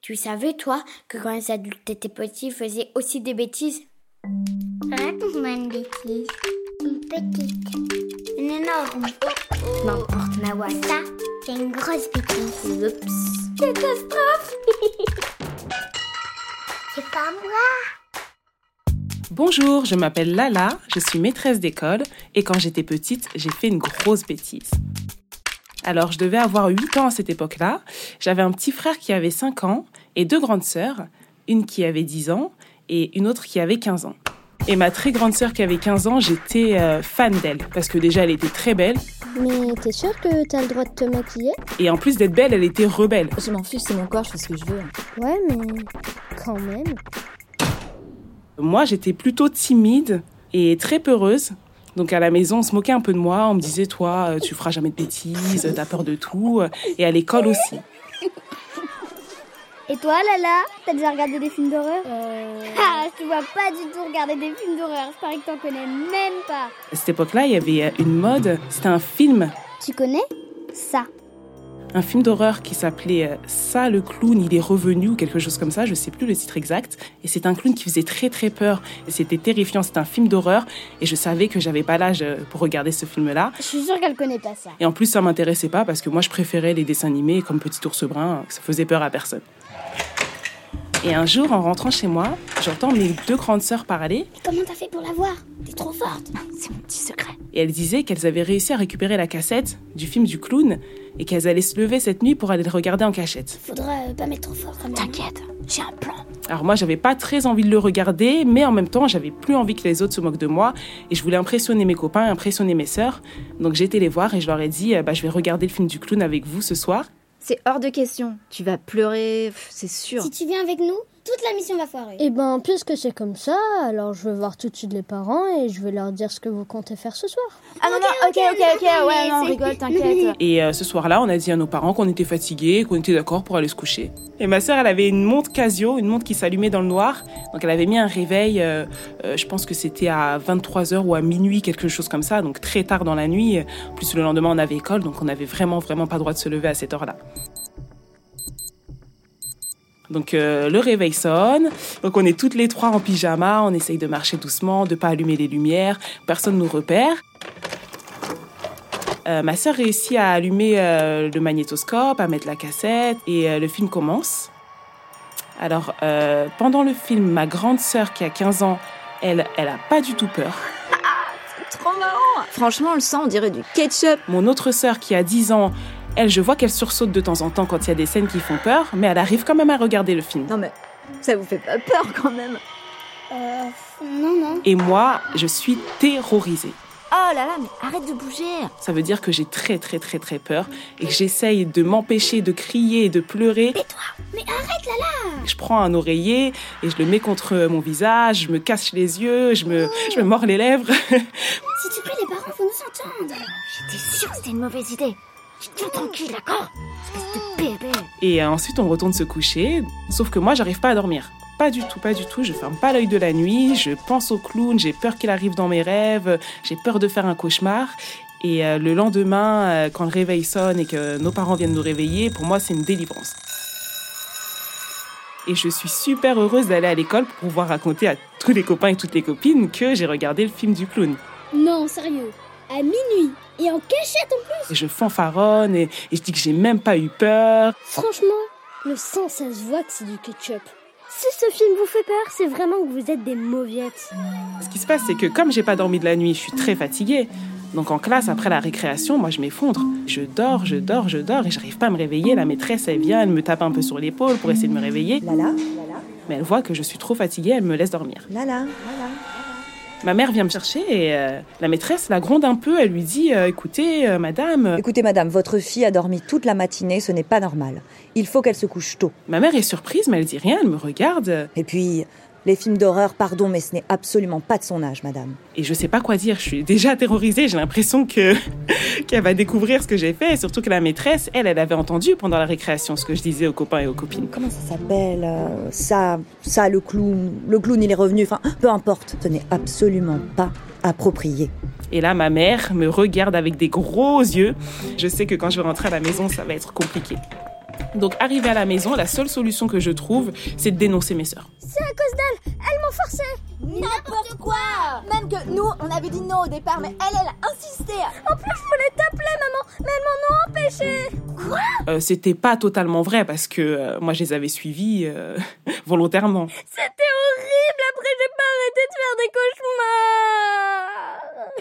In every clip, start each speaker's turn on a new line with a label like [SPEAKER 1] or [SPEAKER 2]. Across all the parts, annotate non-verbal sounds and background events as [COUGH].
[SPEAKER 1] Tu savais, toi, que quand les adultes étaient petits, ils faisaient aussi des bêtises
[SPEAKER 2] Raconte-moi une bêtise.
[SPEAKER 1] Une petite,
[SPEAKER 2] Une énorme.
[SPEAKER 1] n'importe ma voix,
[SPEAKER 2] Ça, c'est une grosse bêtise.
[SPEAKER 1] oups.
[SPEAKER 2] Catastrophe [LAUGHS] C'est pas moi
[SPEAKER 3] Bonjour, je m'appelle Lala, je suis maîtresse d'école et quand j'étais petite, j'ai fait une grosse bêtise. Alors, je devais avoir 8 ans à cette époque-là. J'avais un petit frère qui avait 5 ans et deux grandes sœurs, une qui avait 10 ans et une autre qui avait 15 ans. Et ma très grande sœur qui avait 15 ans, j'étais euh, fan d'elle parce que déjà elle était très belle
[SPEAKER 4] Mais t'es sûre que t'as le droit de te maquiller
[SPEAKER 3] et en plus d'être belle, elle était rebelle.
[SPEAKER 5] Je m'en fiche, c'est mon corps, je fais ce que je veux.
[SPEAKER 4] Ouais, mais quand même.
[SPEAKER 3] Moi, j'étais plutôt timide et très peureuse. Donc à la maison, on se moquait un peu de moi. On me disait, toi, euh, tu feras jamais de bêtises, euh, t'as peur de tout. Et à l'école aussi.
[SPEAKER 1] Et toi, Lala
[SPEAKER 2] T'as déjà regardé des films d'horreur
[SPEAKER 4] Euh.
[SPEAKER 1] [LAUGHS] Ah, je te vois pas du tout regarder des films d'horreur. Je parie que t'en connais même pas.
[SPEAKER 3] À cette époque-là, il y avait euh, une mode. C'était un film,
[SPEAKER 2] Tu connais Ça.
[SPEAKER 3] un film d'horreur qui s'appelait euh, Ça, le clown, il est revenu ou quelque chose comme ça. Je sais plus le titre exact. Et c'est un clown qui faisait très très peur. Et C'était terrifiant. C'était un film d'horreur. Et je savais que j'avais pas l'âge euh, pour regarder ce film-là.
[SPEAKER 1] Je suis sûre qu'elle connaît pas ça.
[SPEAKER 3] Et en plus, ça m'intéressait pas parce que moi, je préférais les dessins animés comme Petit ours brun, ça faisait peur à personne. Et un jour, en rentrant chez moi, j'entends mes deux grandes sœurs parler
[SPEAKER 2] Comment t'as fait pour la voir T'es trop forte. C'est mon petit secret.
[SPEAKER 3] et elles disaient qu'elles avaient réussi à récupérer la cassette du film du clown et qu'elles allaient se lever cette nuit pour aller le regarder en cachette.
[SPEAKER 2] Faudra euh, pas mettre trop fort quand même. T'inquiète, j'ai un plan.
[SPEAKER 3] Alors moi, j'avais pas très envie de le regarder, mais en même temps, j'avais plus envie que les autres se moquent de moi et je voulais impressionner mes copains, impressionner mes sœurs. Donc j'ai été les voir et je leur ai dit, euh, bah, je vais regarder le film du clown avec vous ce soir.
[SPEAKER 5] C'est hors de question. Tu vas pleurer, pff, c'est sûr.
[SPEAKER 2] Si tu viens avec nous, toute la mission va foirer.
[SPEAKER 4] Eh ben, puisque c'est comme ça, alors je vais voir tout de suite les parents et je vais leur dire ce que vous comptez faire ce soir.
[SPEAKER 5] Ah non, non, ok, ok, ok, ouais, non, rigole, t'inquiète.
[SPEAKER 3] Et euh, ce soir-là, on a dit à nos parents qu'on était fatigués et qu'on était d'accord pour aller se coucher. Et ma sœur, elle avait une montre Casio, une montre qui s'allumait dans le noir. Donc elle avait mis un réveil, euh, euh, je pense que c'était à 23h ou à minuit, quelque chose comme ça, donc très tard dans la nuit. En Plus le lendemain, on avait école, donc on n'avait vraiment, vraiment pas le droit de se lever à cette heure-là. Donc euh, le réveil sonne, donc on est toutes les trois en pyjama, on essaye de marcher doucement, de pas allumer les lumières, personne nous repère. Euh, ma sœur réussit à allumer euh, le magnétoscope, à mettre la cassette et euh, le film commence. Alors, euh, pendant le film, ma grande sœur qui a 15 ans, elle, elle a pas du tout peur.
[SPEAKER 5] Trop marrant Franchement, le sang, on dirait du ketchup.
[SPEAKER 3] Mon autre sœur qui a 10 ans, elle, je vois qu'elle sursaute de temps en temps quand il y a des scènes qui font peur, mais elle arrive quand même à regarder le film.
[SPEAKER 5] Non mais, ça vous fait pas peur quand même
[SPEAKER 2] Euh, non, non.
[SPEAKER 3] Et moi, je suis terrorisée.
[SPEAKER 5] Oh là là, mais arrête de bouger
[SPEAKER 3] Ça veut dire que j'ai très très très très peur et que j'essaye de m'empêcher de crier et de pleurer.
[SPEAKER 2] Mais arrête là
[SPEAKER 3] Je prends un oreiller et je le mets contre mon visage, je me cache les yeux, je me, je me mords les lèvres.
[SPEAKER 2] Si tu pries, les parents vont nous entendre. J'étais sûre que c'était une mauvaise idée. Je te tranquille, d'accord Espèce de bébé.
[SPEAKER 3] Et euh, ensuite, on retourne se coucher. Sauf que moi, j'arrive pas à dormir. Pas du tout, pas du tout. Je ferme pas l'œil de la nuit. Je pense au clown. J'ai peur qu'il arrive dans mes rêves. J'ai peur de faire un cauchemar. Et euh, le lendemain, euh, quand le réveil sonne et que nos parents viennent nous réveiller, pour moi, c'est une délivrance. Et je suis super heureuse d'aller à l'école pour pouvoir raconter à tous les copains et toutes les copines que j'ai regardé le film du clown.
[SPEAKER 2] Non, sérieux. À minuit. Et en cachette en plus.
[SPEAKER 3] Et je fanfaronne et, et je dis que j'ai même pas eu peur.
[SPEAKER 1] Franchement, le sang, ça se voit que c'est du ketchup. Si ce film vous fait peur, c'est vraiment que vous êtes des mauviettes.
[SPEAKER 3] Ce qui se passe, c'est que comme j'ai pas dormi de la nuit, je suis très fatiguée. Donc en classe, après la récréation, moi je m'effondre. Je dors, je dors, je dors et j'arrive pas à me réveiller. La maîtresse, elle vient, elle me tape un peu sur l'épaule pour essayer de me réveiller.
[SPEAKER 6] Lala,
[SPEAKER 3] Mais elle voit que je suis trop fatiguée, elle me laisse dormir.
[SPEAKER 6] Lala,
[SPEAKER 3] Ma mère vient me chercher et euh, la maîtresse la gronde un peu. Elle lui dit euh, Écoutez, euh, madame. euh,
[SPEAKER 6] Écoutez, madame, votre fille a dormi toute la matinée, ce n'est pas normal. Il faut qu'elle se couche tôt.
[SPEAKER 3] Ma mère est surprise, mais elle dit rien, elle me regarde.
[SPEAKER 6] Et puis, les films d'horreur, pardon, mais ce n'est absolument pas de son âge, madame.
[SPEAKER 3] Et je sais pas quoi dire, je suis déjà terrorisée, j'ai l'impression que [LAUGHS] qu'elle va découvrir ce que j'ai fait, et surtout que la maîtresse, elle, elle avait entendu pendant la récréation ce que je disais aux copains et aux copines.
[SPEAKER 6] Comment ça s'appelle euh, Ça, ça, le clown. Le clown, il est revenu. Enfin, peu importe. Ce n'est absolument pas approprié.
[SPEAKER 3] Et là, ma mère me regarde avec des gros yeux. Je sais que quand je vais rentrer à la maison, ça va être compliqué. Donc arrivée à la maison, la seule solution que je trouve, c'est de dénoncer mes sœurs.
[SPEAKER 7] N'importe quoi Même que nous, on avait dit non au départ, mais elle, elle a insisté
[SPEAKER 3] Euh, C'était pas totalement vrai parce que euh, moi je les avais suivies euh, [LAUGHS] volontairement.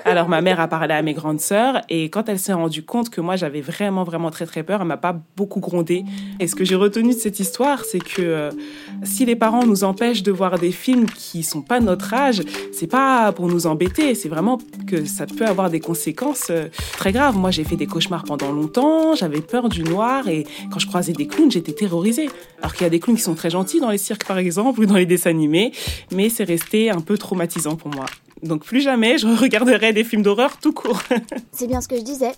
[SPEAKER 3] Alors ma mère a parlé à mes grandes sœurs et quand elle s'est rendue compte que moi j'avais vraiment vraiment très très peur, elle m'a pas beaucoup grondée. Et ce que j'ai retenu de cette histoire, c'est que euh, si les parents nous empêchent de voir des films qui sont pas notre âge, c'est pas pour nous embêter, c'est vraiment que ça peut avoir des conséquences euh, très graves. Moi j'ai fait des cauchemars pendant longtemps, j'avais peur du noir et quand je croisais des clowns, j'étais terrorisée. Alors qu'il y a des clowns qui sont très gentils dans les cirques par exemple ou dans les dessins animés, mais c'est resté un peu traumatisant pour moi. Donc plus jamais je [LAUGHS] regarderai des films d'horreur tout court.
[SPEAKER 7] C'est bien ce que je disais.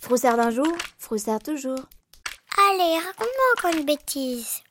[SPEAKER 7] Froussard d'un jour, froussard toujours.
[SPEAKER 2] Allez, raconte-moi encore une bêtise.